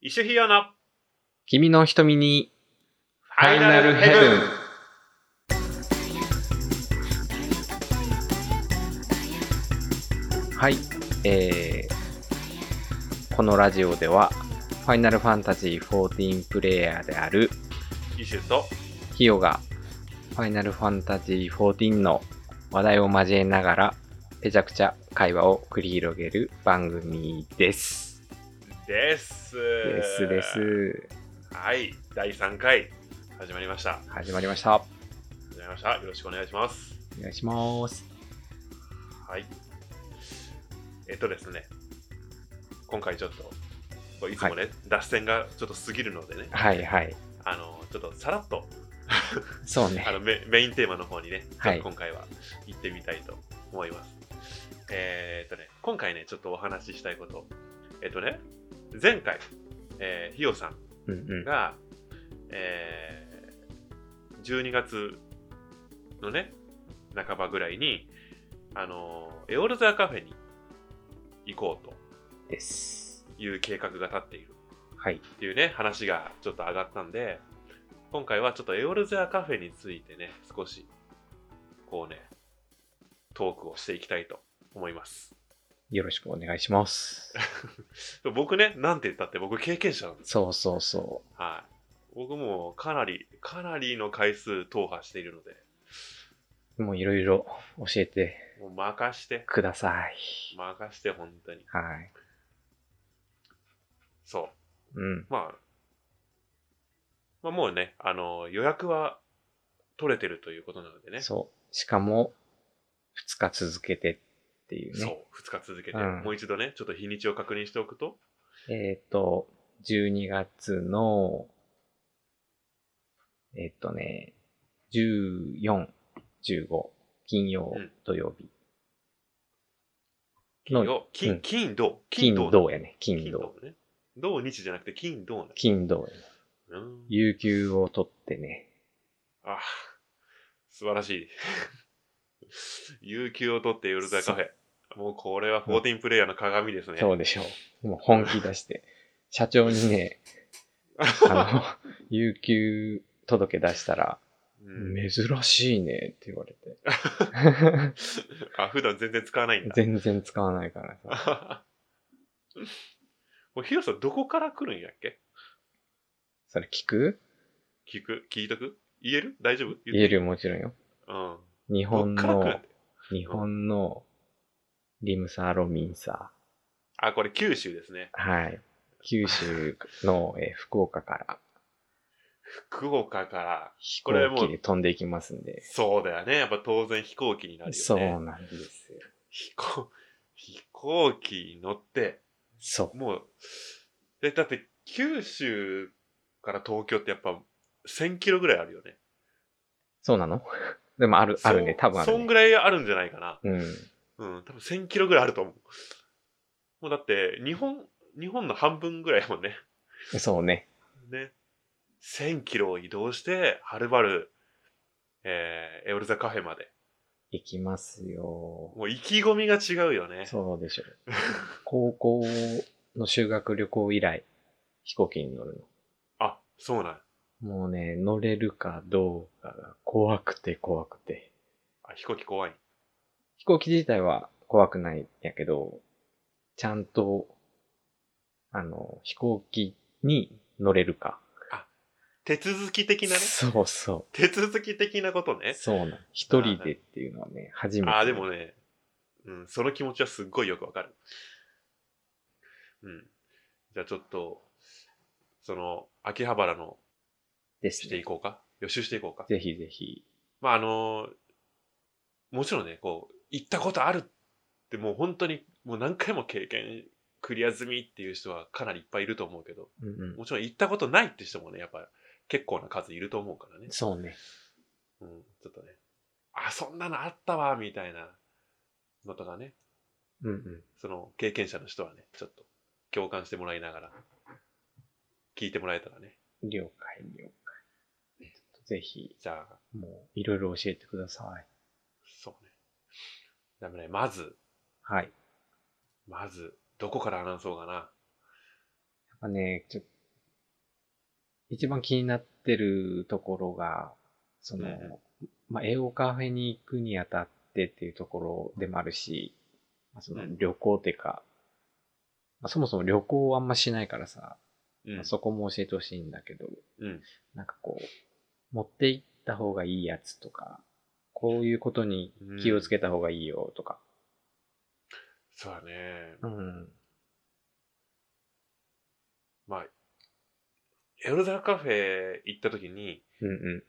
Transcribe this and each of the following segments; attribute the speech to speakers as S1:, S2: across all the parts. S1: イシュヒヨの
S2: 君の瞳に、
S1: ファイナルヘブン。
S2: はい、えー、このラジオでは、ファイナルファンタジー14プレイヤーである
S1: イシュと
S2: ヒヨが、ファイナルファンタジー14の話題を交えながら、めちゃくちゃ会話を繰り広げる番組です。
S1: です。
S2: で
S1: です
S2: です。
S1: はい、第3回始まりました。
S2: 始まりました。
S1: 始まりました。よろしくお願いします。
S2: お願いします。
S1: はい。えっとですね、今回ちょっと、こういつもね、脱線がちょっと過ぎるのでね、
S2: はいはい。
S1: あの、ちょっとさらっと、
S2: そうね
S1: あ。のメメインテーマの方にね、
S2: はい
S1: 今回は行ってみたいと思います。えーっとね、今回ね、ちょっとお話ししたいこと。えっとね、前回、えー、ひよさん
S2: うんうん。
S1: が、えー12月のね、半ばぐらいに、あのーエオルザーカフェに行こう
S2: です。
S1: という計画が立っている
S2: はい。
S1: っていうね、話がちょっと上がったんで、今回はちょっとエオルザーカフェについてね、少し、こうね、トークをしていきたいと思います。
S2: よろしくお願いします。
S1: 僕ね、なんて言ったって僕経験者なんです。
S2: そうそうそ
S1: はい。僕もかなり、かなりの回数踏破しているので、
S2: う。もういろいろ教えて
S1: もう任して、
S2: ください。
S1: 任して、本当に。
S2: はい。
S1: そ
S2: うん。
S1: う。まあ、まあもうね、あの、予約は取れてるということなのでね。
S2: そう。しかも、2日続けてっていう
S1: そう
S2: ね。、
S1: 2日続けて、
S2: うん
S1: もう一度ね、ちょっと日にちを確認しておくと、
S2: えっ、と、12月の、えっ、とね、14、15、金曜
S1: うん、
S2: 土曜日。
S1: 金
S2: の
S1: 曜、
S2: う
S1: 金、
S2: ん
S1: 金、土、
S2: 金
S1: 土、
S2: 土やね。金
S1: 金、
S2: 土。
S1: 土ね。土日じゃなくて金、土ね。
S2: 金土や
S1: う
S2: ね。
S1: ん。
S2: 有給を取ってね。
S1: あ、素晴らしい。 有給を取って夜座カフェ。もうこれは14プレイヤーの鏡ですね。
S2: そうでしょう。もう本気 出して。社長にね、あ の、有給届け出したら、
S1: うん
S2: 珍しいねって言わ れて。
S1: あ、普段全然使わないんだ。
S2: 全然使わないからさ。
S1: もうヒロさん、どこから来るんやっけ
S2: それ聞く
S1: 聞く聞いとく言える大丈夫
S2: 言えるよ、もちろんよ。
S1: うん。
S2: 日本
S1: どっから来るんだよ、
S2: の日本のリムサーロミンサ
S1: あ、これ九州ですね。
S2: ー。はい。九州の、 えー福岡から
S1: 福岡から。
S2: 飛
S1: これ
S2: 行
S1: もう
S2: 機で飛んでいきますんで。
S1: そうだよね。やっぱ当然飛行機になるよね。
S2: そうなんですよ。
S1: 飛行、飛行機に乗って、
S2: そう。
S1: もう、え、だって九州から東京ってやっぱ1000キロぐらいあるよね。
S2: そうなの でもある、あるね。
S1: そ
S2: 多分あ
S1: そ
S2: る
S1: ん
S2: ね。
S1: ぐらいあるんじゃないかな。
S2: うん。
S1: うん、多分1000キロぐらいあると思う。もうだって、日本、日本の半分ぐらいやもんね。
S2: そうね。
S1: ね。1000キロを移動して、はるばる、えー、エオルザカフェまで。
S2: 行きますよ。
S1: もう意気込みが違うよね。
S2: そうでし ょう。高校の修学旅行以来、飛行機に乗る
S1: あ、そうなん。
S2: の。もうね、乗れるかどうかが怖くて怖くて。
S1: あ、飛行機怖い。
S2: 飛行機自体は怖くないんやけど、ちゃんと、あの、飛行機に乗れるか。
S1: 手続き的なね。
S2: そうそ
S1: 手続き的なこと
S2: う。
S1: ね。
S2: そうなん。一人でっていうのはね、初めて。
S1: ああ、でもね、うん、その気持ちはすっごいよくわかる。うん。じゃあちょっと、その、秋葉原の
S2: です
S1: してい
S2: ね。
S1: こうか。予習していこうか。
S2: ぜひぜひ。
S1: まああの、もちろんね、こう、行ったことあるってもう本当にもう何回も経験クリア済みっていう人はかなりいっぱいいると思うけど、
S2: うんうん。
S1: もちろん行ったことないって人もね、やっぱ結構な数いると思うからね。
S2: そうね。
S1: うん、ちょっとね、あ、そんなのあったわ、みたいなのとかね、
S2: うんうん。
S1: その経験者の人はね、ちょっと共感してもらいながら、聞いてもらえたらね。
S2: 了解、了解。ちょっとぜひ、
S1: じゃあ、
S2: もう、いろいろ教えてください。
S1: そうね。でもね、まず、
S2: はい。
S1: まず、どこから話そうかな。
S2: やっぱね、ちょ一番気になってるところが、その、
S1: うんう
S2: まあ、英語カフェに行くにあたってっていうところでもあるし、まあ、その
S1: うん
S2: 旅行ってか、まあ、そもそも旅行をあんましないからさ、
S1: うん
S2: まあそこも教えてほしいんだけど、
S1: うん
S2: なんかこう、持って行った方がいいやつとか、こういうことに気をつけた方がいいよとか。
S1: そうだね。
S2: うん。
S1: まあ、エルザカフェ行った時に、
S2: うんう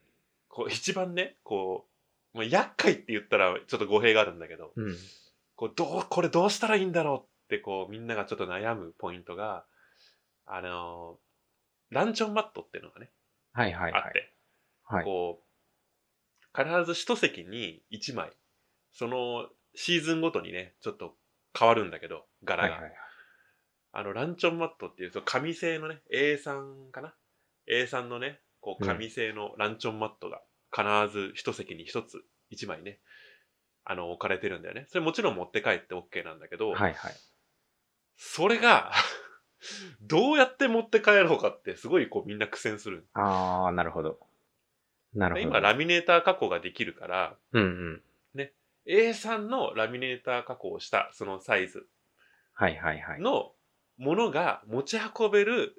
S1: こう一番ね、こう、まあ、厄介って言ったらちょっと語弊があるんだけど、
S2: ん。うん。
S1: こうどうこれどうしたらいいんだろうってこうみんながちょっと悩むポイントが、あのーランチョンマットっていうのがね、
S2: はいはいは
S1: あっ
S2: い。
S1: て、
S2: はい。
S1: こう、必ず一席に一枚、そのシーズンごとにね、ちょっと変わるんだけど、柄
S2: は
S1: が。
S2: いはいはい。
S1: あの、ランチョンマットっていう、その紙製のね、A3 かな ?A3 のね、こう
S2: うん
S1: 紙製のランチョンマットが必ず一席に一つ、一枚ね、あの、置かれてるんだよね。それもちろん持って帰って OK なんだけど、
S2: はいはい。
S1: それが、どうやって持って帰ろうかってすごいこうみんな苦戦する。
S2: ああ、なるほど。なるほど。
S1: 今ラミネーター加工ができるから、
S2: うんうん。
S1: A3 のラミネーター加工をしたそのサイズ
S2: はいはいはい。
S1: のものが持ち運べる、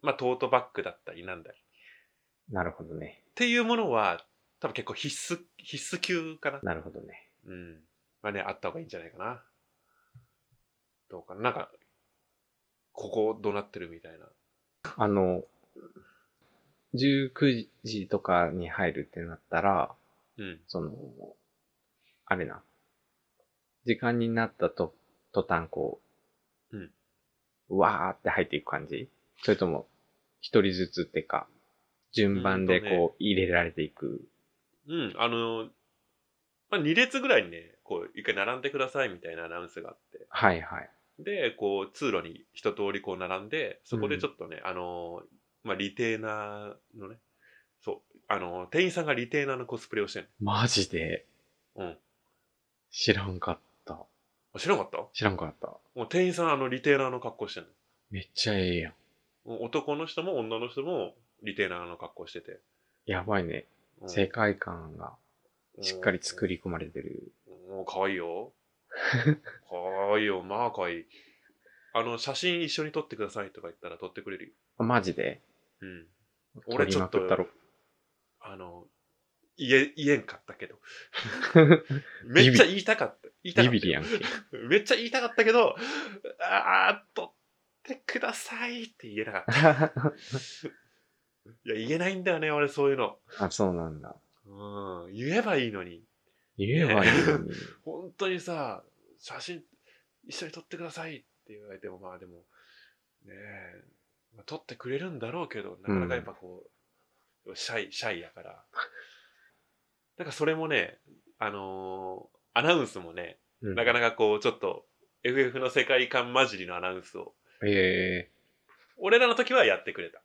S1: まあ、トートバッグだったりなんだり
S2: なるほどね。
S1: っていうものは、多分結構必須、必須級かな。
S2: なるほどね。
S1: うん。まあね、あった方がいいんじゃないかな。どうかな。なんか、ここどうなってるみたいな。
S2: あの、19時とかに入るってなったら、
S1: うん。
S2: その、あれな。時間になったと、途端こう、
S1: うん。
S2: わーって入っていく感じそれとも、一人ずつってか、順番で
S1: うんと
S2: こう、入れられていく。
S1: うん、あの、まあ、2列ぐらいにね、こう、一回並んでくださいみたいなアナウンスがあって。
S2: はいはい。
S1: で、こう、通路に一通りこう並んで、そこでちょっとね、あの、まあ、リテーナーのね、そう、あの、店員さんがリテーナーのコスプレをしてる
S2: マジで、
S1: うん。
S2: 知らんかった。
S1: あ知らなかった
S2: 知らんかった。
S1: もう店員さん、あの、リテーナーの格好してるの。
S2: めっちゃええやん。
S1: 男の人も女の人もリテーナーの格好してて、
S2: やばいね。
S1: うん
S2: 世界観がしっかり作り込まれてる。
S1: うんもう可愛い よ可愛いよまあ可愛いあの写真一緒に撮ってくださいとか言ったら撮ってくれるよ、
S2: あマジで
S1: うん、俺
S2: 撮りまくったろ。
S1: あの言え言えんかったけ どめっちゃ言いたかった言いたか
S2: ビ
S1: った
S2: ビ リやんけ。
S1: めっちゃ言いたかったけどああ撮ってくださいって言えなかった
S2: あ、
S1: いや言えないんだよね俺そういうの、
S2: そうなんだ。
S1: うん、言えばいいのに
S2: 言えばいいのに。
S1: 本当にさ写真一緒に撮ってくださいって言われてもまあでもねえ、まあ撮ってくれるんだろうけどなかなかやっぱこう、シャイシャイやからだからそれもねあのーアナウンスもね
S2: うん
S1: なかなかこうちょっと FF の世界観混じりのアナウンスを
S2: ええ
S1: 俺らの時はやってくれた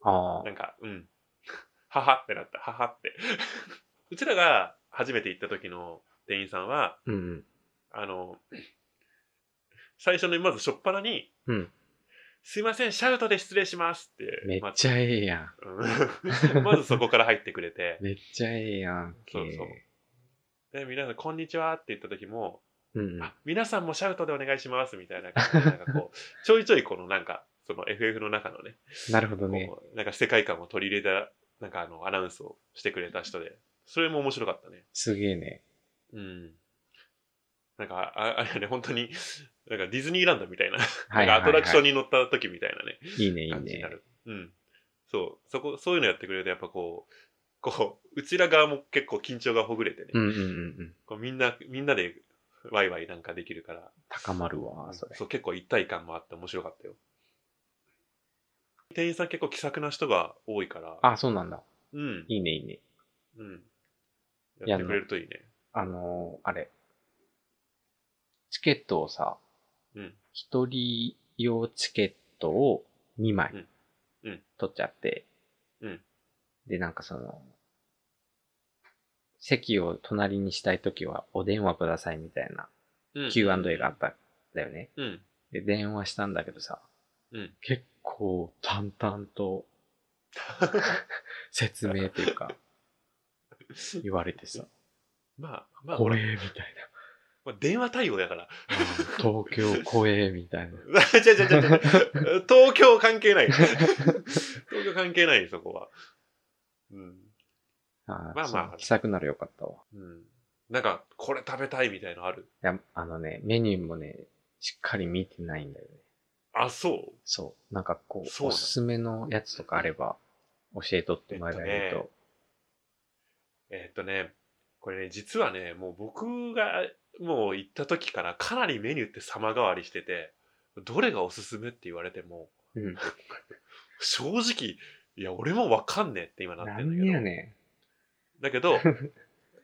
S2: ああ
S1: な、んかうん ははってなったははってうちらが初めて行った時の店員さんは
S2: うんうん。
S1: あの、最初のまず初っ端に、
S2: うん
S1: すいません、シャウトで失礼しますって。
S2: めっちゃええやん。
S1: ま まずそこから入ってくれ て、
S2: めっちゃええやんけ。
S1: そうそうで皆さん、こんにちはって言った時も、
S2: うんうん。
S1: あ皆さんもシャウトでお願いしますみたいな感じで、なんかこう、ち ょいちょいこのなんか、その FF の中のね、
S2: なるほどね。
S1: こうなんか世界観を取り入れた、なんかあの、アナウンスをしてくれた人で、それも面白かったね。
S2: すげえね。
S1: うん。なんか、ああれはね、本当に、なんかディズニーランドみたいな、
S2: はい
S1: な
S2: はいはい
S1: んかアトラクションに乗った時みたいなね、
S2: いいね、いい
S1: 感じに
S2: ね
S1: な。る。うん。そう、そこ、そういうのやってくれると、やっぱこう、 こう、うちら側も結構緊張がほぐれてね、
S2: うんうんうんうん。
S1: こうみんな、みんなでワイワイなんかできるから、
S2: 高まるわ、それ。
S1: そう、結構一体感もあって面白かったよ。店員さん結構気さくな人が多いから、
S2: あ、そうなんだ。
S1: うん、
S2: いいね、いいね。
S1: うん。やってくれるといいね。
S2: あのーあれ。チケットをさ、
S1: うん
S2: 一人用チケットを2枚
S1: うんうん、
S2: 取っちゃって、
S1: うん
S2: で、なんかその、席を隣にしたいときはお電話くださいみたいな
S1: うん
S2: Q&A があったんだよね。
S1: うん。
S2: で、電話したんだけどさ、
S1: うん
S2: 結構淡々 と説明というか言われてさ、
S1: まあ、 まあ、
S2: こ
S1: ほら
S2: れみたい
S1: まあ、電話対応だから。
S2: な。うん東京怖えみた いな。
S1: じゃじゃじゃじゃ東京関係ない。東京関係ない、そこは。うん。
S2: あー
S1: まあまあ
S2: そう気さくならよかったわ。
S1: うん。なんか、これ食べたいみたいのある。
S2: いや、あのね、メニューもね、しっかり見てないんだよね。
S1: あ、そう
S2: そう。なんかこう、
S1: そう
S2: お
S1: だ
S2: すすめのやつとかあれば、教えとってもらえる
S1: えっと
S2: と
S1: ね。えーっとね、これね、実はね、もう僕がもう行った時からかなりメニューって様変わりしてて、どれがおすすめって言われても、
S2: うん。
S1: 正直、いや、俺もわかんねえって今なってるんだ
S2: 何
S1: けど。
S2: やね
S1: だけ ど、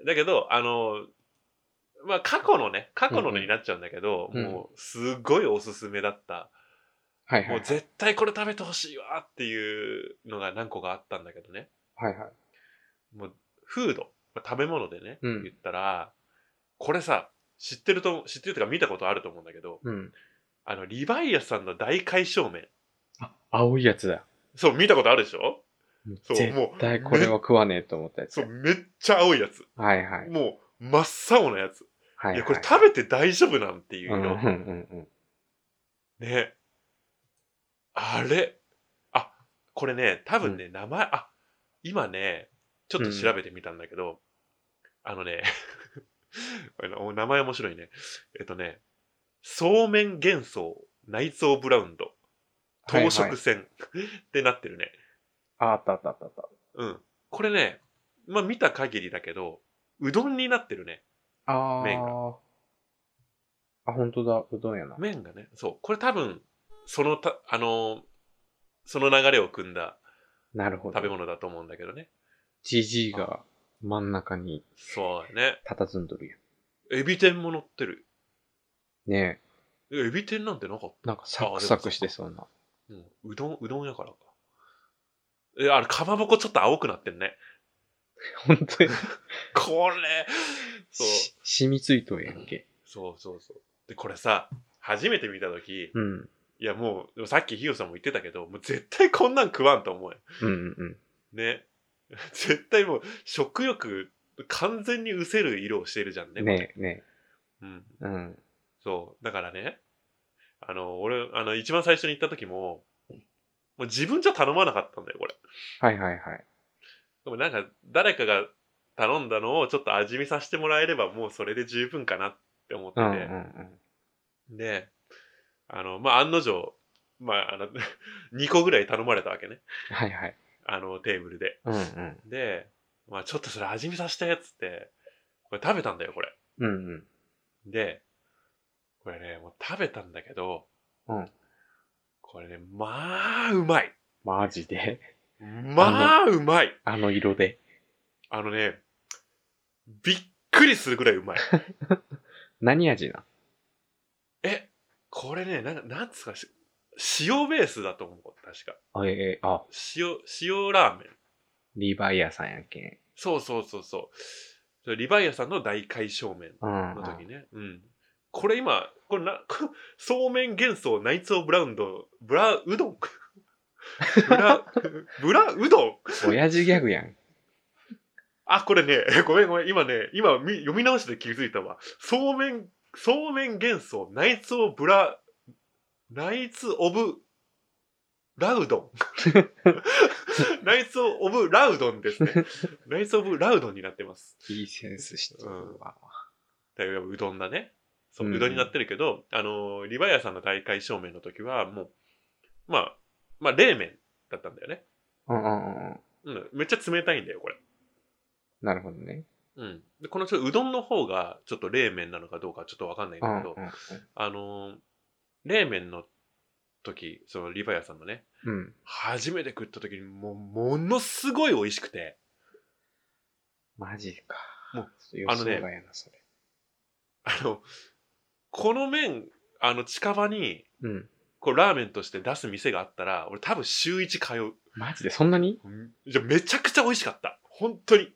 S1: だけど、あの、まあ、過去のね、過去の
S2: うんう
S1: ね
S2: ん
S1: になっちゃうんだけど、
S2: うん
S1: もう、すごいおすすめだった。
S2: ん。はいは
S1: も、。
S2: いう
S1: 絶対これ食べてほしいわっていうのが何個かあったんだけどね。
S2: はいはい。
S1: もう、フード、まあ食べ物でね、
S2: うん
S1: 言ったら、これさ、知ってると、知ってるというか見たことあると思うんだけど、
S2: うん。
S1: あの、リバイアさんの大解消麺。
S2: あ、青いやつだ。
S1: そう、見たことあるでしょそうもう
S2: 絶対これは食わねえと思ったやつ。
S1: そう、めっちゃ青いやつ。
S2: はいはい。
S1: もう、真っ青なやつ。
S2: はい、はい。
S1: いや、これ食べて大丈夫なんていう
S2: う
S1: 色。
S2: んうんうん
S1: ね。あれあ、これね、多分ね、名前、あ、今ね、ちょっと調べてみたんだけど、あのね、 これお名前面白いね。えっとね、そうめん幻想内臓ブラウンド、
S2: はいはい
S1: 当食線 ってなってるね。
S2: ああったあったあったあった。
S1: うん。これね、まあ見た限りだけど、うどんになってるね。
S2: あ
S1: 麺
S2: ー。あ、本当だ。うどんやな。
S1: 麺がね、そう。これ多分、そのた、あの、その流れを組んだ
S2: なるほど。
S1: 食べ物だと思うんだけどね。
S2: じじいが真ん中に
S1: そうだね。
S2: 佇んどるや
S1: エビ天も乗ってる。
S2: ん。ね
S1: えエビ天なんてなかっ
S2: え。なんかサクサクしてそうな。
S1: た。うん、うどん、うどんやからか。え、あれ、かまぼこちょっと青くなってんね。
S2: 本当に。
S1: これそう
S2: し染みついとんやんけ。
S1: そうそうそう。で、これさ、初めて見たとき、
S2: うん。
S1: いやもう、でもさっきヒヨさんも言ってたけど、もう絶対こんなん食わんと思うよ。
S2: うんうんうん。
S1: ね。 絶対もう、食欲、完全に失せる色をしてるじゃんね。
S2: ねえ、ね
S1: うん。
S2: え。うん。
S1: そう。だからね、あの、俺、あの、一番最初に行った時も、もう自分じゃ頼まなかったんだよ、これ。
S2: はいはいはい。
S1: でもなんか、誰かが頼んだのをちょっと味見させてもらえれば、もうそれで十分かなって思って
S2: うんうん
S1: て。
S2: うん。
S1: で、あの、まあ、案の定、まあ、あの、2個ぐらい頼まれたわけね。
S2: はいはい。
S1: あの、テーブルで。
S2: うんうん。
S1: で、まあ、ちょっとそれ味見させて、っつって、これ食べたんだよ、これ。
S2: うん
S1: で、これね、もう食べたんだけど、
S2: うん
S1: これね、まあ、うまい。
S2: マジで。
S1: まあ、うまい。
S2: あの色で。
S1: あのね、びっくりするぐらいうまい。
S2: 何味な
S1: え、これね、なんなんつうかし、塩ベースだと思う、確か。
S2: あええあ、
S1: 塩、塩ラーメン。
S2: リヴァイアさんやんけん。
S1: そうそうそうそうそれ。リヴァイアさんの大解消麺
S2: うんう
S1: の時
S2: ん。
S1: ね。うん。これ今、これな、 こそうめん幻想ナイツオブラウンド、ブラうどん。 ブラ、 ブラうどん
S2: 親父ギャグやん。
S1: あ、これね、 ごめんごめん、今ね、今み読み直して気づいたわ。そうめん、そうめん幻想、ナイツオブラ、ナイツオブ、ラウドン。ナイツオブラウドンですね。ナイツオブラウドンになってます。
S2: いいセンスしてるわ。
S1: だからうどんだね。そうう、
S2: んうん
S1: うどんになってるけど、あのー、リヴァイアさんの大会証明の時は、もう、まあ、まあ、冷麺だったんだよね。
S2: うんうんうんうん。
S1: うん、めっちゃ冷たいんだよ、これ。
S2: なるほどね。
S1: うん。で、このちょっとうどんの方が、ちょっと冷麺なのかどうかちょっとわかんないん
S2: う
S1: だ
S2: んう
S1: け
S2: ん
S1: ど、あのー冷麺の時そのリヴァイアさんのね
S2: うん。うん。
S1: 初めて食った時にもうものすごい美味しくて
S2: マジか。
S1: もう
S2: ちょっと予想外やな、それ。
S1: あのこの麺あの近場に
S2: うん。
S1: こうラーメンとして出す店があったら俺多分週一通う
S2: マジで、そんなに
S1: うんじゃめちゃくちゃ美味しかった本当に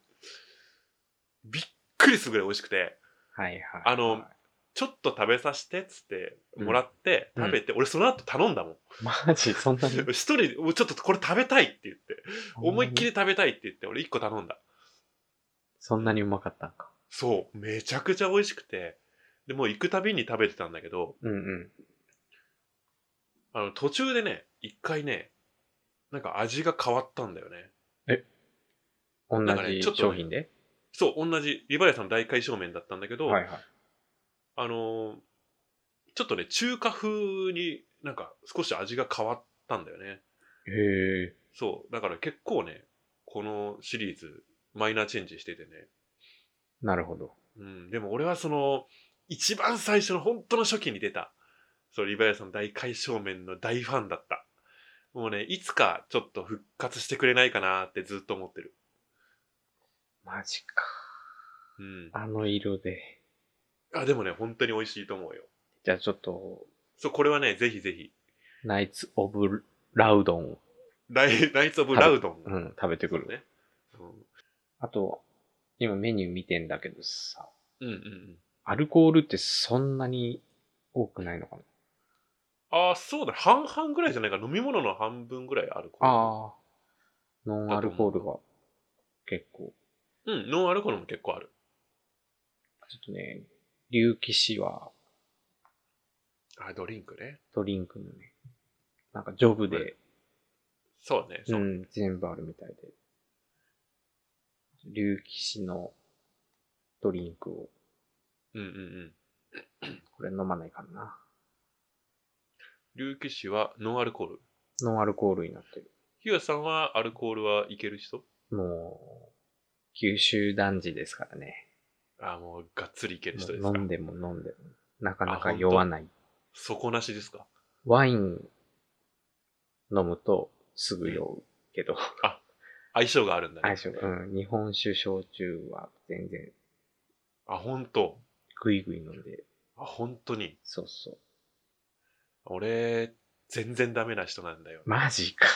S1: びっくりするぐらい美味しくて
S2: はいはい。
S1: あの、ちょっと食べさせてっつって
S2: うん
S1: もらって、
S2: うん
S1: 食べて、俺その後頼んだもん
S2: マジそん なに
S1: 一人でおちょっとこれ食べたいって言って思いっき
S2: り。
S1: り食べたいって言って俺一個頼んだ
S2: そんなにうまかったんか。
S1: そうめちゃくちゃ美味しくてでもう行くたびに食べてたんだけど
S2: うんうん。
S1: あの途中でね一回ねなんか味が変わったんだよね
S2: 同
S1: なんかね
S2: じ
S1: ちょっと
S2: 商品で、
S1: そう同じリバヤさんの大解消麺だったんだけど、
S2: はいはい。
S1: あのーちょっとね中華風になんか少し味が変わったんだよね
S2: へえ。
S1: そうだから結構ねこのシリーズマイナーチェンジしててね、
S2: なるほど。
S1: うん、でも俺はその一番最初の本当の初期に出たそうリバヤさんの大解消麺の大ファンだったもうねいつかちょっと復活してくれないかなってずっと思ってる
S2: マジか。
S1: うん
S2: あの色で。
S1: あでもね本当に美味しいと思うよ
S2: じゃあちょっと、
S1: そうこれはねぜひぜひ
S2: ナイツ・オブ・ラウドンを、
S1: ライナイツ・オブ・ラウドンを
S2: うん、食べてくる。
S1: ね、うん
S2: あと、今メニュー見てんだけどさ、
S1: うんうんうん。
S2: アルコールってそんなに多くないのかな
S1: ああ、そうだ。半々ぐらいじゃないか。飲み物の半分ぐらいアルコール。
S2: ああ。ノンアルコールが結構。
S1: うん、ノンアルコールも結構ある。
S2: ちょっとね、竜騎士は
S1: あドリンクね。
S2: ドリンクのね、なんかジョブ
S1: これ
S2: で、
S1: そうね。そうう。
S2: ん、全部あるみたいで。竜騎士のドリンクを、
S1: うんうんうん。
S2: これ飲まないかんな。
S1: 竜騎士はノンアルコール。
S2: ノンアルコールになってる。
S1: ヒュアさんはアルコールはいける人
S2: もう、九州男児ですからね。
S1: ああ、もうがっつりいける人です
S2: も
S1: か
S2: う飲んでも飲んでも、なかなか酔わない。
S1: 底なしですか
S2: ワイン飲むとすぐ酔うけど、
S1: 相性があるんだね
S2: 相。性が、うん、日本酒焼酎は全然
S1: あ、本当
S2: グイグイ飲んで、
S1: あ、本当に。
S2: そうそう。
S1: 俺、全然ダメな人なんだよ。
S2: マジか。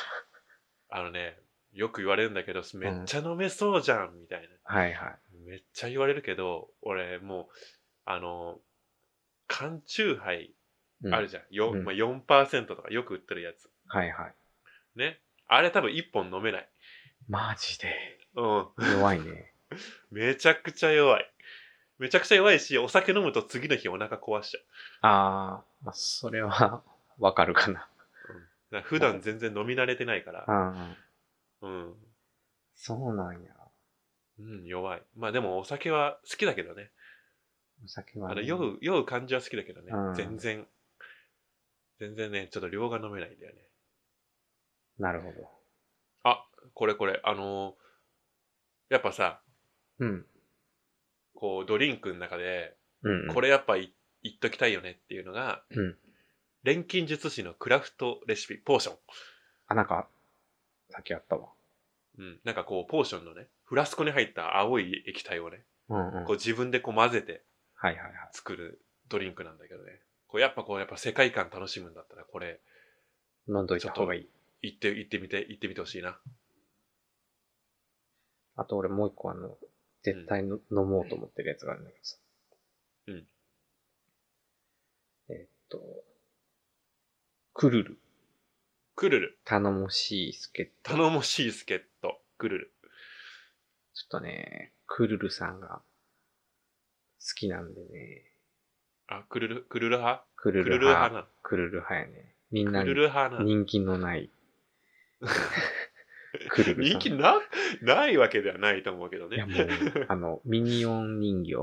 S1: あのね、よく言われるんだけど、めっちゃ飲めそうじゃん、みたいな。
S2: はいはい。
S1: めっちゃ言われるけど、俺もう、あの、缶チューハイ
S2: うん
S1: あるじゃん。よ
S2: うん
S1: まあ、4%とかよく売ってるやつ。
S2: はいはい。
S1: ね。あれ多分1本飲めない。
S2: マジで。
S1: うん。
S2: 弱いね。
S1: めちゃくちゃ弱い。めちゃくちゃ弱いし、お酒飲むと次の日お腹壊しちゃう。
S2: あー、まあ、それは、わかるかな。
S1: だから普段全然飲み慣れてないから。
S2: ん。
S1: うん。
S2: そうなんや。
S1: うん、弱い。まあでもお酒は好きだけどね。
S2: お酒は、
S1: あの、
S2: ね。
S1: 酔う、酔う感じは好きだけどね
S2: うん。
S1: 全然。全然ね、ちょっと量が飲めないんだよね。
S2: なるほど。
S1: これこれ、あのーやっぱさ、
S2: うん。
S1: こう、ドリンクの中で、
S2: うん。
S1: こ
S2: れ。
S1: れやっぱい言っときたいよねっていうのが、
S2: うん
S1: 錬金術師のクラフトレシピ、ポーション。
S2: あ、なんか、さっきあったわ。
S1: うん。なんかこう、ポーションのね、フラスコに入った青い液体をね、
S2: うんうん。
S1: こう自分でこう混ぜて
S2: はいはいはい。
S1: 作るドリンクなんだけどね。こうやっぱこう、やっぱ世界観楽しむんだったら、これ、
S2: 飲んどいた方がいい。
S1: 行って、行ってみて、行ってみてほしいな。
S2: あと俺もう一個あの、絶対の、飲もうと思ってるやつがあるんだけどさ。
S1: うん。
S2: えっと、クルル。
S1: クルル、
S2: 頼もしい助っ人。ちょ
S1: 頼もしい助っ人、クルル。
S2: っとね、クルルさんが好きなんでね。
S1: あ、クルル、クルル派
S2: ク
S1: ク
S2: ル
S1: ル
S2: ル
S1: ル派
S2: 派。
S1: な
S2: クルル派やね。みん
S1: の。
S2: な
S1: クル
S2: に
S1: ル派なの。
S2: 人気 のない。クルル
S1: 人
S2: さん。
S1: 気な、ないわけではないと思うけど
S2: いや
S1: ね。
S2: もう、あの、ミニオン人形、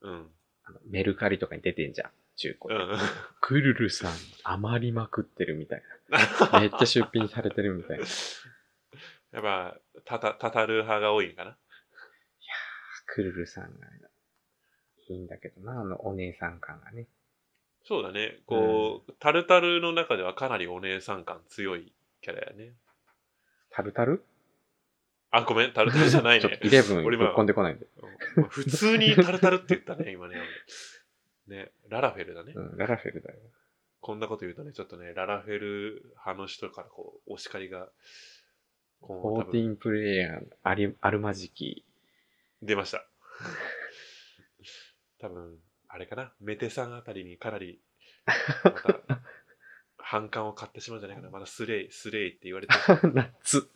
S1: うん。
S2: あのメルカリとかに出てんじゃん。中
S1: う
S2: 古で。
S1: ん。
S2: クルルさん余りまくってるみたい な。めっちゃ出品されてるみたいな。
S1: やっぱ、たた、たたる派が多いんかな。
S2: クルルさんが、いいんだけどな、あのお姉さん感がね。
S1: そうだね。こう、タルタルの中ではかなりお姉さん感強いキャラやね。
S2: タルタル
S1: あ、ごめん、タルタルじゃない
S2: ちょっ
S1: ね
S2: と。イレブンぶ
S1: 俺
S2: っ
S1: 今
S2: 込んでこないんで。
S1: うん普通にタルタルって言ったね、今ね。俺ね、ララフェルだね
S2: う。ん、ララフェルだよ。
S1: こんなこと言うとね、ちょっとね、ララフェル派の人からこう、お叱りが、こう、多分
S2: 14プレイヤーあ り、あるまじき。
S1: 出ました。多分、あれかな、メテさんあたりにかなり、また、反感を買ってしまうんじゃないかな。まだスレイ、スレイって言われてし まう、
S2: 夏。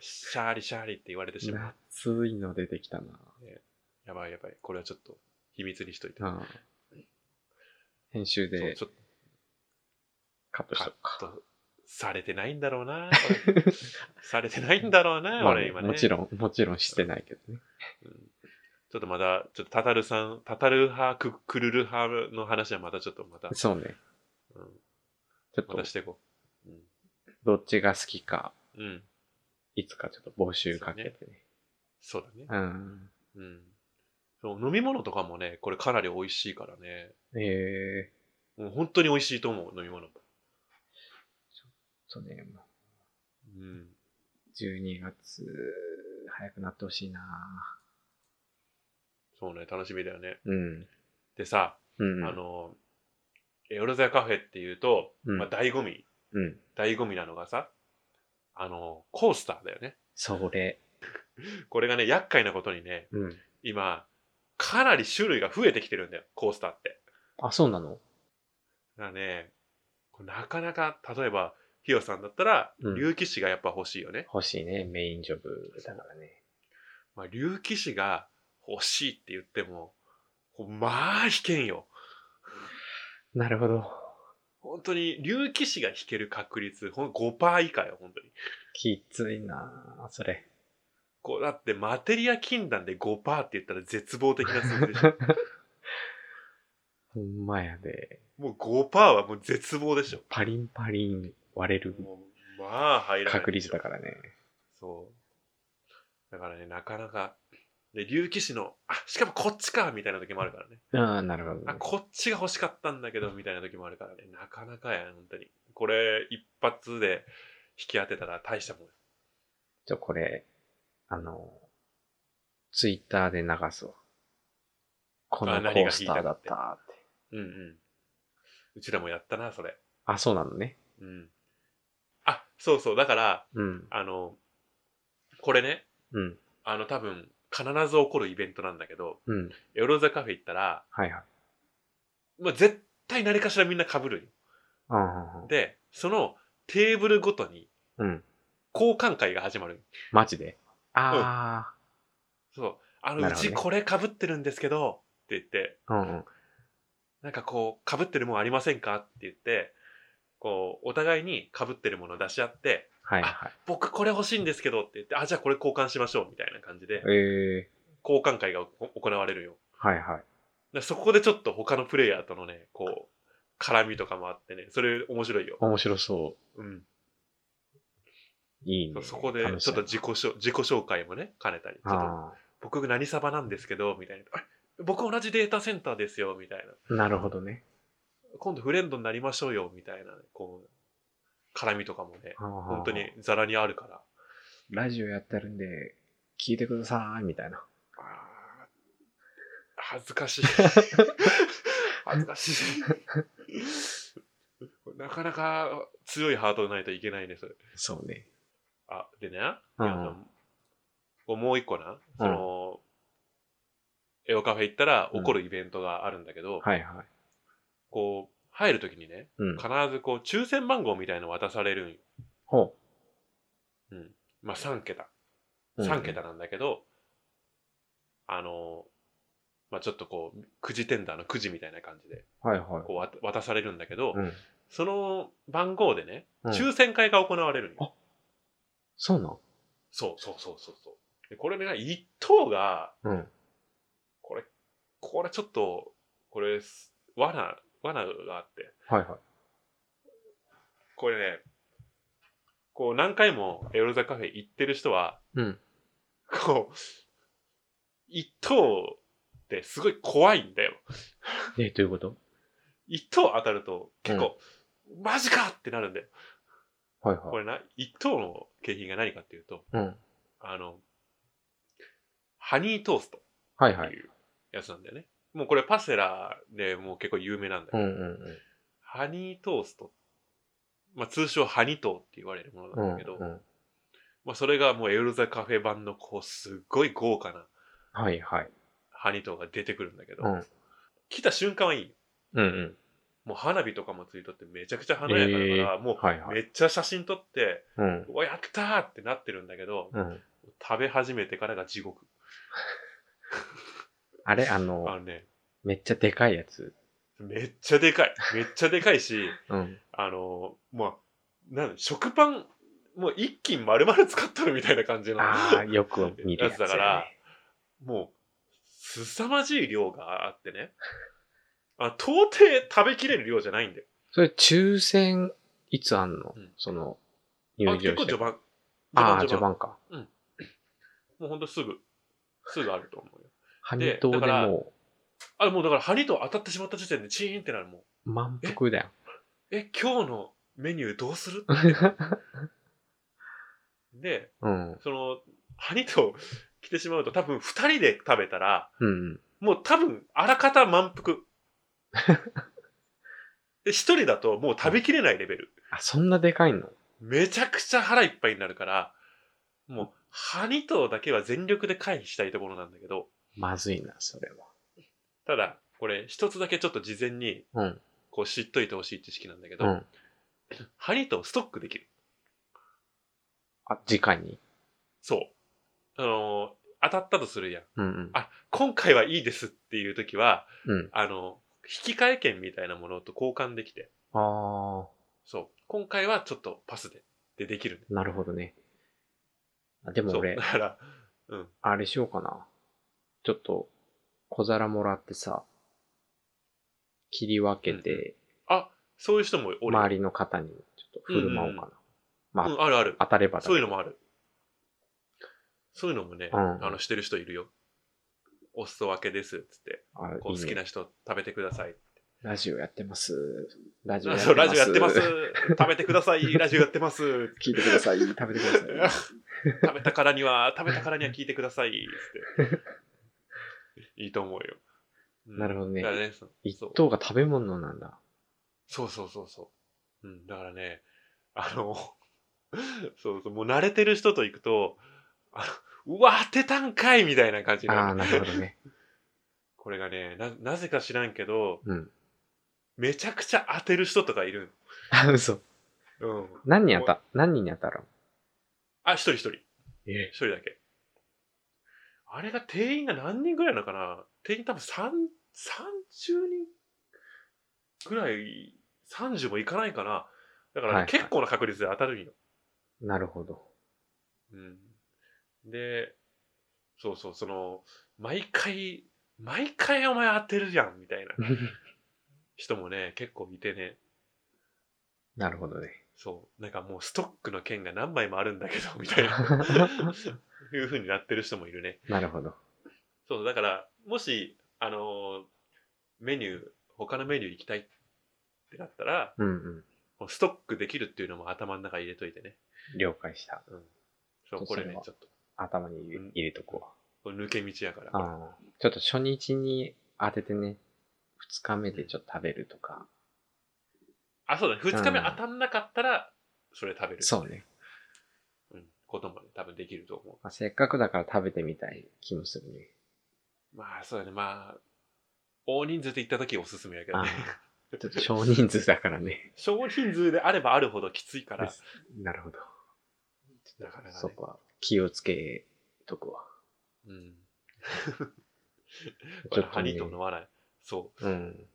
S1: シャーリシャーリって言われてしまう。
S2: 夏いの出てきたな。
S1: やばいやばい。これはちょっと秘密にしといて。
S2: うん編集
S1: そう
S2: で
S1: ちょっ
S2: カットしとくか。
S1: と、されてないんだろうな。こ れされてないんだろうな、
S2: まあ
S1: 俺今ね。
S2: もちろん、も ちろんしてないけどね。
S1: うんちょっとまだ、ちょっとタタルさん、タタル派、ククルル派の話はまたちょっとまた、
S2: そうね。
S1: うん、
S2: ちょっ
S1: ま
S2: と
S1: た、していこう。うん
S2: どっちが好きか、
S1: うん、
S2: いつかちょっと募集かけてね。
S1: そうだね。
S2: うん。
S1: うん。そう飲み物とかもね、これかなり美味しいからね。
S2: えー、
S1: もう本当に美味しいと思う、飲み物。
S2: そうね、も
S1: うん。
S2: う12月、早くなってほしいな
S1: そうね、楽しみだよね。
S2: うん。
S1: でさ、
S2: うん。
S1: あ、の、えオルザカフェっていうと、
S2: うん
S1: まあ、醍醐味、
S2: うん。
S1: 醍醐味なのがさ、あの、コースターだよね。
S2: それ。
S1: これがね、厄介なことにね、
S2: うん。
S1: 今、かなり種類が増えてきてるんだよ、コースターって。
S2: あ、そうなの
S1: だからね、これなかなか、例えば、ヒヨさんだったら、
S2: うん
S1: 竜騎士がやっぱ欲しいよね。
S2: 欲しいね、メインジョブだからね。
S1: まあ、竜騎士が欲しいって言っても、こうまあ、引けんよ。
S2: なるほど。
S1: 本当に、竜騎士が引ける確率、ほん5%以下よ、本当に。
S2: きついなそれ。
S1: こう、だって、マテリア禁断で5%って言ったら絶望的な数字で しょ。
S2: ほんまやで。
S1: もう5%はもう絶望でしょ。
S2: パリンパリン割れる
S1: もう、まあ、入らない。
S2: 確率だからね。
S1: そう。だからね、なかなか。で、竜騎士の、あ、しかもこっちかみたいな時もあるからね。
S2: ああ、なるほどね、
S1: あ、こっちが欲しかったんだけど、みたいな時もあるからね。なかなかや、本当に。これ、一発で引き当てたら大したもん。
S2: ちょ、これ、あの、ツイッターで流すわ。この
S1: あ
S2: コ
S1: 何が
S2: ースターだったって。
S1: うんうん。うちらもやったな、それ。
S2: あ、そうなのね。
S1: うん。あ、そうそう。だから、
S2: うん。
S1: あの、これね、
S2: うん。
S1: あの、多分、必ず起こるイベントなんだけど、
S2: うん。
S1: エロザカフェ行ったら、
S2: はいはい。
S1: まあ、絶対何かしらみんな被るよ。
S2: うん
S1: で、そのテーブルごとに
S2: うん。うん。
S1: 交換会が始まる。
S2: マジで。あ
S1: そう。あの、
S2: な
S1: う
S2: るほど
S1: ち
S2: ね
S1: これ被ってるんですけど、って言って、
S2: あ。うんうん。
S1: なんかこう、被ってるもんありませんかって言って、こう、お互いに被ってるものを出し合って、
S2: はいはい。
S1: 僕これ欲しいんですけどって言って、あ、じゃあこれ交換しましょうみたいな感じで、
S2: ええ
S1: 交換会が行行われるよ。
S2: はいはい。
S1: でそこでちょっと他のプレイヤーとのね、こう、絡みとかもあってね、それ面白いよ。
S2: 面白そ
S1: うん。
S2: う。いいね。
S1: そこで、
S2: 楽し
S1: ちょ
S2: そ
S1: っ
S2: う
S1: と自己紹自己紹介もね、兼ねたり、ちょっと
S2: あ
S1: 僕何サバなんですけど、みたいな。あ僕同じデータセンターですよ、みたいな。
S2: あ。なるほどね。
S1: 今度フレンドになりましょうよ、みたいな、こう、絡みとかもね、
S2: 本
S1: 本当に。ザラにあるから。
S2: ラジオやってるんで、聞いてください、みたいな。
S1: あー恥ずか しい。恥ずかしい。なかなか強いハートないといけないね、それ。
S2: そうね。
S1: あ、でね、
S2: うん
S1: いやこうもう一個な、その、エオカフェ行ったら起こるイベントがあるんだけど、
S2: はいはい。
S1: こう、入るときにね、
S2: うん。
S1: 必ずこう抽選番号みたいの渡されるんよ。
S2: ほ
S1: うん。まあ3桁。
S2: う。
S1: 3桁なんだけど、あの、まあちょっとこう、くじテンダーのくじみたいな感じで、
S2: うん。はいはい。
S1: こうわた渡されるんだけど、
S2: うん。
S1: その番号でね、
S2: うん
S1: 抽選会が行われるんよ。
S2: あそうなん
S1: そうそうそうそうそう。で、これね、1等が、
S2: うん。
S1: これ、これちょっと、これ、す罠、罠があって、
S2: はいはい。
S1: これね、こう何回もエロザカフェ行ってる人は、
S2: うん。
S1: こう、一等ってすごい怖いんだよ。
S2: え、どういうこと
S1: 一等当たると結構、マジかってなるんだよ。
S2: はい
S1: こ
S2: はい。
S1: れな、一等の景品が何かっていうと、
S2: うん。
S1: あの、ハニートースト
S2: はい
S1: っ
S2: は
S1: て
S2: い。
S1: いうやつなんだよね。もうこれパセラでもう結構有名なんだよ。
S2: うんうん
S1: ハニートースト。まあ通称ハニトーって言われるもの
S2: うん。う
S1: なん
S2: ん
S1: だけど、
S2: うん。
S1: まあそれがもうエウルザカフェ版のこうすっごい豪華な
S2: はいはい。
S1: ハニトーが出てくるんだけど、
S2: うん
S1: 来た瞬間はいいよ
S2: うんうん。
S1: もう花火とかもついとってめちゃくちゃ華やかだから、も
S2: はいうは
S1: め
S2: い。
S1: っちゃ写真撮って、
S2: うん。
S1: うわ、やったーってなってるんだけど、
S2: うん。
S1: 食べ始めてからが地獄。
S2: あれあ
S1: あの
S2: の、
S1: ね、
S2: めっちゃでかいやつ。
S1: めっちゃでかい。めっちゃでかいし、
S2: うん。
S1: あの、まあ、なんだ食パン、もう一斤丸々使っとるみたいな感じの、
S2: ああ、よく見るやつ
S1: や
S2: や
S1: つだから
S2: ね。
S1: もう、凄まじい量があってね。あ到底食べきれる量じゃないんだよ。
S2: それ、抽選、いつあんの
S1: うん
S2: その、入
S1: あ
S2: 場
S1: 結
S2: して
S1: 構。序盤。
S2: ああ、序。盤か。
S1: もうほんとすぐ、すぐあると思うよ。
S2: ハニト
S1: だ
S2: ー
S1: か
S2: で
S1: ら
S2: も
S1: あ、もうだから、針と当たってしまった時点でチーンってなるもん。
S2: う、満腹だよ。
S1: え、今日のメニューどうす るで、
S2: うん。
S1: その、針と来てしまうと多分二人で食べたら、
S2: うん。
S1: もう多分あらかた満 腹。で、一人だともう食べきれないレベル。
S2: あ、そんなでかいの
S1: めちゃくちゃ腹いっぱいになるから、もう、ハニトだけは全力で回避したいところなんだけど、
S2: まずいな、それ
S1: ただ、これ、一つだけちょっと事前に、
S2: は。うん。
S1: こう、知っといてほしい知識なんだけど、
S2: うん。
S1: ハニトをストックできる。
S2: あ、次回に
S1: そう。あのー当たったとするやん。
S2: うんうん。
S1: あ、今回はいいですっていう時は、
S2: うん。
S1: あの、引き換え券みたいなものと交換できて、
S2: あ
S1: そう。今回はちょっとパスで、でできる、ね。
S2: ー、なるほどね。あでも
S1: そう。
S2: 俺
S1: だ、から、うん。
S2: あれしようかな。ちょっと、小皿もらってさ、切り分けて、
S1: そういう人も俺、
S2: 周りの方にちょっと振る舞おうかな。まあ、
S1: うん、あるある。
S2: 当たればだけど
S1: そういうのもある。そういうのもね、
S2: うん
S1: あの、してる人いるよ。お裾分けです、つって。
S2: あ
S1: こう
S2: いい
S1: 好
S2: ね
S1: きな人食べてください。
S2: ラジオやってます。ラジオ
S1: あ
S2: やってます。
S1: そう、ラジオやってます。食べてください。ラジオやってます。
S2: 聞いてください。食べてください。
S1: 食べたからには、食べたからには聞いてください。つって。いいと思うよ。うん
S2: なるほどね
S1: だからねそ
S2: 一等が食べ物なんだ。
S1: そうそうそうそう。うん、だからね、あの、 そうそう、もう慣れてる人と行くと、あのうわ、当てたんかいみたいな感じに
S2: ああ、
S1: なる
S2: なるほどね。
S1: これがねな、なぜか知らんけど、
S2: うん。
S1: めちゃくちゃ当てる人とかいる
S2: あ、嘘。
S1: の。うん。
S2: 何に当た、何人に当たる
S1: あ、一人一人。
S2: え
S1: 一人だけ。あれが定員が何人ぐらいなのかな定員多分3、30人ぐらい、30もいかないかな。だからね、
S2: はい
S1: 結構な確率で当たるんよ。
S2: なるほど。
S1: うん。で、そうそう、その、毎回、毎回お前当てるじゃん、みたいな人もね、結構いてね、
S2: なるほどね。
S1: そう、なんかもうストックの券が何枚もあるんだけど、みたい な、いう風になってる人もいるね。
S2: なるほど。
S1: そう、だから、もし、あのーメニュー、他のメニュー行きたいってなったら、
S2: うんう
S1: もうストックできるっていうのも頭の中に入れといてね。
S2: ん。了解した。
S1: うん。そう、
S2: そ
S1: こ
S2: う
S1: れ
S2: それ
S1: ね
S2: は、
S1: ちょっと、
S2: 頭に入れ入れとこ
S1: これ抜け道やから
S2: う。。ああ。ちょっと初日に当ててね、二日目でちょっと食べるとか。
S1: あ、そうだね。2日目
S2: うん
S1: 当たんなかったら、それ食べる。
S2: そうね。
S1: うん。こともね、多分できると思
S2: まあ、せっかくだから食べてみたい気もするね。
S1: う。まあ、そうだね。まあ、大人数で行った時おすすめやけど
S2: あ
S1: ね。
S2: あ。ちょっと 少人数だからね。
S1: 少人数であればあるほどきついから
S2: で、すなるほど。
S1: なかなか
S2: そ
S1: ね。
S2: こは気をつけとくわ。
S1: うん。
S2: ちょっとね
S1: ハニーと飲まない。そう。
S2: うん。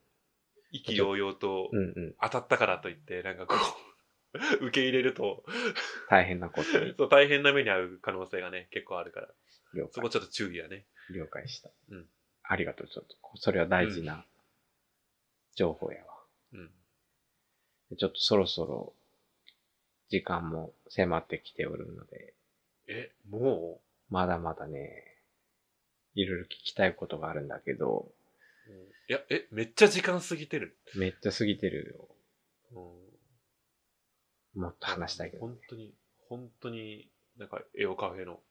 S1: 意気揚々と
S2: うんうん。
S1: 当たったからといって、なんかこう、 受け入れると、
S2: 大変なことに。
S1: そう大変な目に遭う可能性がね、結構あるから、
S2: 了
S1: そこ
S2: 解。
S1: ちょっと注意やね。
S2: 了解した。
S1: うん。
S2: ありがとう。ちょっと、それは大事な情報やわ。
S1: うん。
S2: でちょっとそろそろ時間も迫ってきておるので、
S1: え、も
S2: まだまだね、いろいろ聞きたいことがあるんだけど、
S1: う、いや、え、めっちゃ時間過ぎてる。
S2: めっちゃ過ぎてるよ。
S1: うん
S2: もっと話した いけど。
S1: 本当に、本当に、なんか、エオカフェの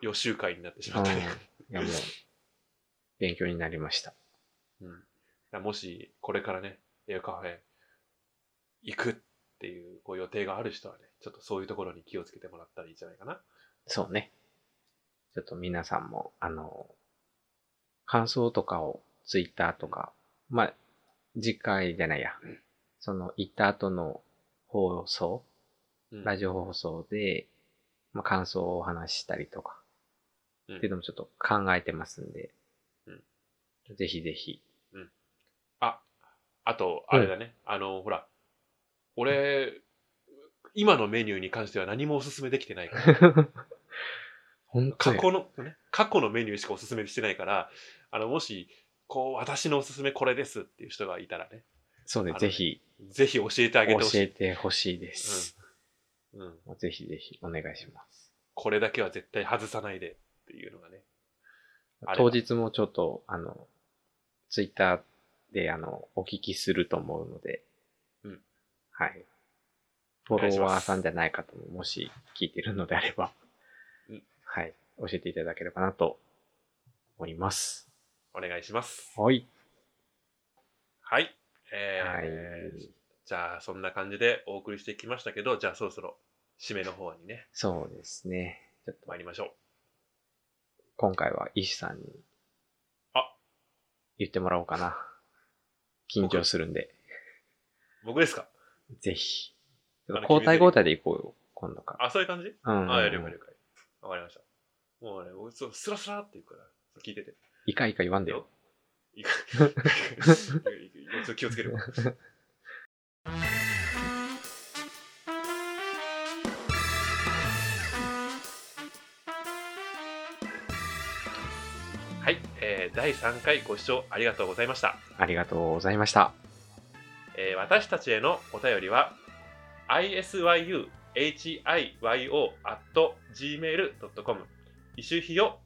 S1: 予習会になってしまったね。
S2: いやもう、勉強になりました。
S1: うんだからもし、これからね、エオカフェ行くっていうこう予定がある人はね、ちょっとそういうところに気をつけてもらったらいいんじゃないかな。
S2: そうね。ちょっと皆さんも、あの、感想とかをツイッターとか、まあ、次回じゃないや、その行った後の放送、
S1: うん
S2: ラジオ放送で、まあ、感想をお話ししたりとか、
S1: うん
S2: っていうのもちょっと考えてますんで、
S1: うん
S2: ぜひ ぜひ。
S1: あ、あと、あれだね。あの、ほら、俺、今のメニューに関しては何もおすすめできてない から、
S2: 本当
S1: 過
S2: に
S1: 去の、ね、過去のメニューしかおすすめしてないから、あの、もし、こう、私のおすすめこれですっていう人がいたらね、
S2: そうね
S1: あ、のね
S2: ぜひ
S1: ぜひ教えてあげて
S2: 教
S1: ほし
S2: え
S1: い。
S2: てほしいです。
S1: うん。
S2: ぜひぜひお願いします。
S1: これだけは絶対外さないでっていうのがね。あれ
S2: 当日もちょっと、あの、ツイッターで、あの、お聞きすると思うので、
S1: うん。
S2: はい。フ
S1: お願い
S2: ォ
S1: し
S2: ロ
S1: ます
S2: ワーさんじゃない方も、もし聞いてるのであれば、
S1: うん
S2: はい。教えていただければなと思います。
S1: お願いします。
S2: はい。
S1: はい。え
S2: はい
S1: ー、。じゃあ、そんな感じでお送りしてきましたけど、じゃあ、そろそろ締めの方にね、
S2: そうですね。ちょっと、
S1: 参りましょう。
S2: 今回は石さんに、
S1: あ
S2: 言ってもらおうかな。緊張するんで、
S1: 僕ですか
S2: ぜひ。
S1: あの
S2: 交代交代で行こうよ、今度から。
S1: あ、そういう感じ
S2: うん
S1: あ、了解了解。わかりました。もうね、僕、そうスラスラって言うから、聞いてて。
S2: いかいか言わんで
S1: よ
S2: よ。。
S1: いかいかいかちょっと気をつけるわ。はい、えー第3回ご視聴ありがとうございました。
S2: ありがとうございました。
S1: えー私たちへのお便りは isyuhiyo.gmail.com イシュヒヨ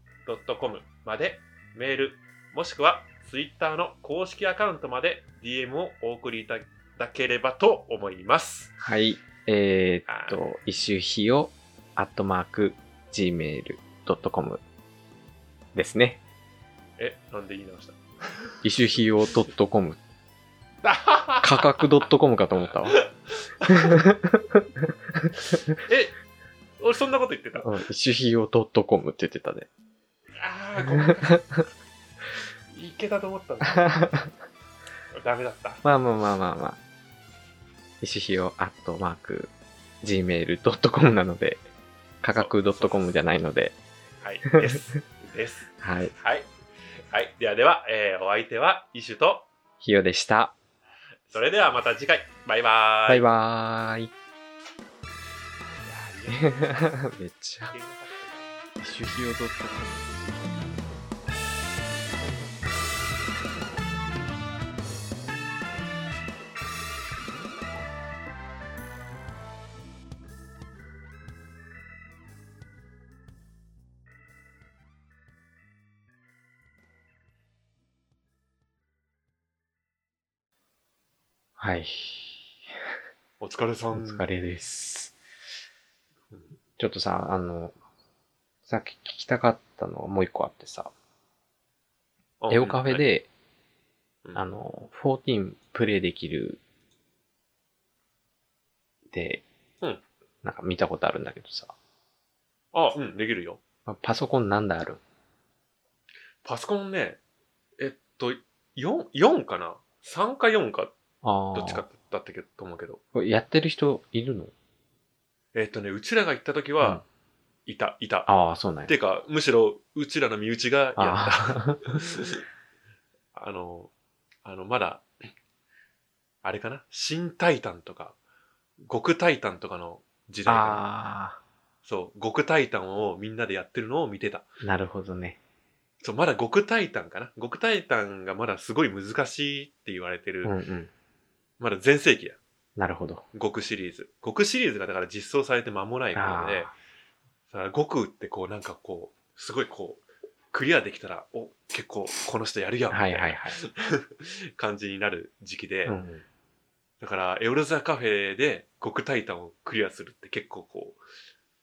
S1: .com までメールもしくは Twitter の公式アカウントまで DM をお送りいただければと思います。
S2: はい。えーっ
S1: あ
S2: と、一周費を、アットマーク、gmail.com ですね。
S1: え、なんで言い直した
S2: 一周費用 .com。価格 .com かと思ったわ。
S1: え、俺そんなこと言ってた。
S2: うん一周費用 .com って言ってたね。
S1: ああ、ごめん。いけたと思ったんだ。ダメだった。
S2: まあまあまあまあまあ。一周費用、アットマーク、gmail.com なので、価格 .com じゃないので、
S1: はい、です。です。
S2: はい。
S1: はい。はい。ではでは、えーお相手は、イシュと、
S2: 費用でした。
S1: それではまた次回。バイバーイ。
S2: バイバーイ。
S1: いやーいいよ
S2: めっちゃ。一周費用 .com。はい。
S1: お疲れさ
S2: お
S1: ん。
S2: 疲れです。ちょっとさ、あの、さっき聞きたかったのがもう一個あってさ、
S1: うん
S2: エオカフェ、で、
S1: うん
S2: あ、の、14プレイできるで、
S1: うん
S2: なんか見たことあるんだけどさ、
S1: あ、うん、できるよ。
S2: まあパソコン何台ある
S1: パソコンね、えっと、4、四かな ?3 か4か、
S2: あ
S1: どっち
S2: あ
S1: かだったけど、と思うけど。
S2: これやってる人いるの
S1: えっとね、うちらが行った時
S2: うん
S1: は、いた、いた。
S2: ああ、そうなんや
S1: て。か、むしろ、うちらの身内がやった。
S2: あ
S1: あの、あの、まだ、あれかな新タイタンとか、極タイタンとかの時代
S2: あ、
S1: かな。
S2: あ
S1: そう、極タイタンをみんなでやってるのを見てた。
S2: あ、なるほどね。
S1: そう、まだ極タイタンかな極タイタンがまだすごい難しいって言われてる。
S2: うんうん。
S1: まだ全盛期や。
S2: なるほど。
S1: 極シリーズ。極シリーズがだから実装されて間もない
S2: あ
S1: 頃で、さ極ってこうなんかこう、すごいこう、クリアできたら、お、結構この人やるや
S2: あ、
S1: ん。
S2: はいはい
S1: み
S2: はい。
S1: たいな感じになる時期で、
S2: うんうん、
S1: だから、エオルザカフェで極タイタンをクリアするって結構こ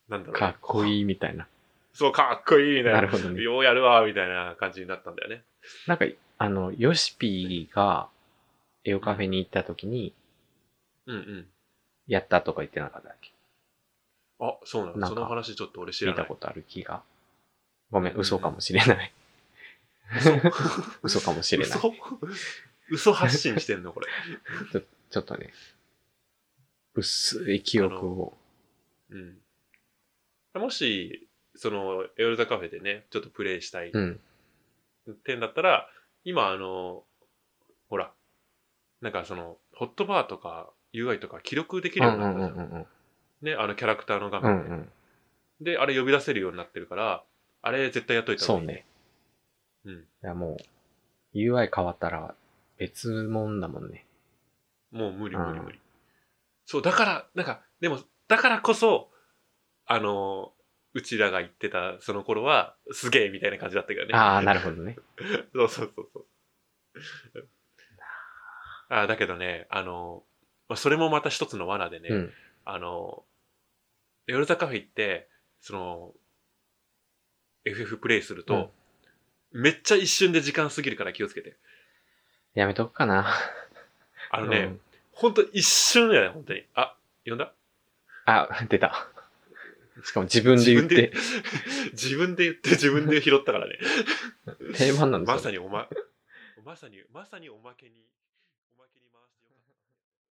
S1: う、なんだろうね、
S2: かっこ
S1: い。
S2: いいみたいな。
S1: そう、かっこ いいみたい
S2: な
S1: な。
S2: るほどね。
S1: ようやるわ、みたいな感じになったんだよね。
S2: なんか、あの、ヨシピーが、エオカフェに行った時に、
S1: うんうん。
S2: やったとか言ってなかったっけ
S1: あ、そうなの
S2: なん
S1: そ
S2: か
S1: の話ちょっと俺知
S2: 見
S1: ら
S2: た
S1: ない
S2: こ。とある気が。ごめん、
S1: うん
S2: 嘘かもしれない。嘘かもしれない。
S1: 嘘嘘発信してんのこれ。
S2: ちょっとね、薄い記憶を。
S1: うん。もし、その、エオルザカフェでね、ちょっとプレイしたい
S2: うん。
S1: 点だったら、今あの、ほら、なんかその、ホットバーとか UI とか記録でき
S2: う
S1: るようんに
S2: う
S1: なっ
S2: ん
S1: たじゃ
S2: う
S1: ん
S2: んうん
S1: ね、あのキャラクターの画
S2: うん。う
S1: 面
S2: ん
S1: で、
S2: うん。
S1: で、あれ呼び出せるようになってるから、あれ絶対やっといた方
S2: そ
S1: が
S2: う
S1: いい。
S2: ね。
S1: うん
S2: いやもう、UI 変わったら別もんだもんね。
S1: もう無理無理
S2: うん
S1: 無理。そう、だから、なんか、でも、だからこそ、あの、うちらが言ってたその頃は、すげえみたいな感じだったけどね。
S2: ああ、なるほどね。
S1: そうそうそうそう。あーだけどね、あの、まあ、それもまた一つの罠でね、
S2: うん。
S1: あの、ヨルザカフェ行って、その、FF プレイすると、めっちゃ一瞬で時間過ぎるから気をつけて。
S2: やめとくかな。
S1: あの
S2: う
S1: ね
S2: ん、
S1: ほんと一瞬だよね、本当に。あ、呼んだ
S2: あ、出た。しかも自分で言って、
S1: 自分で言 って自分で拾ったからね
S2: 定番なんですよ。
S1: まさにおままさにまさにおまけにおまけに回してよかった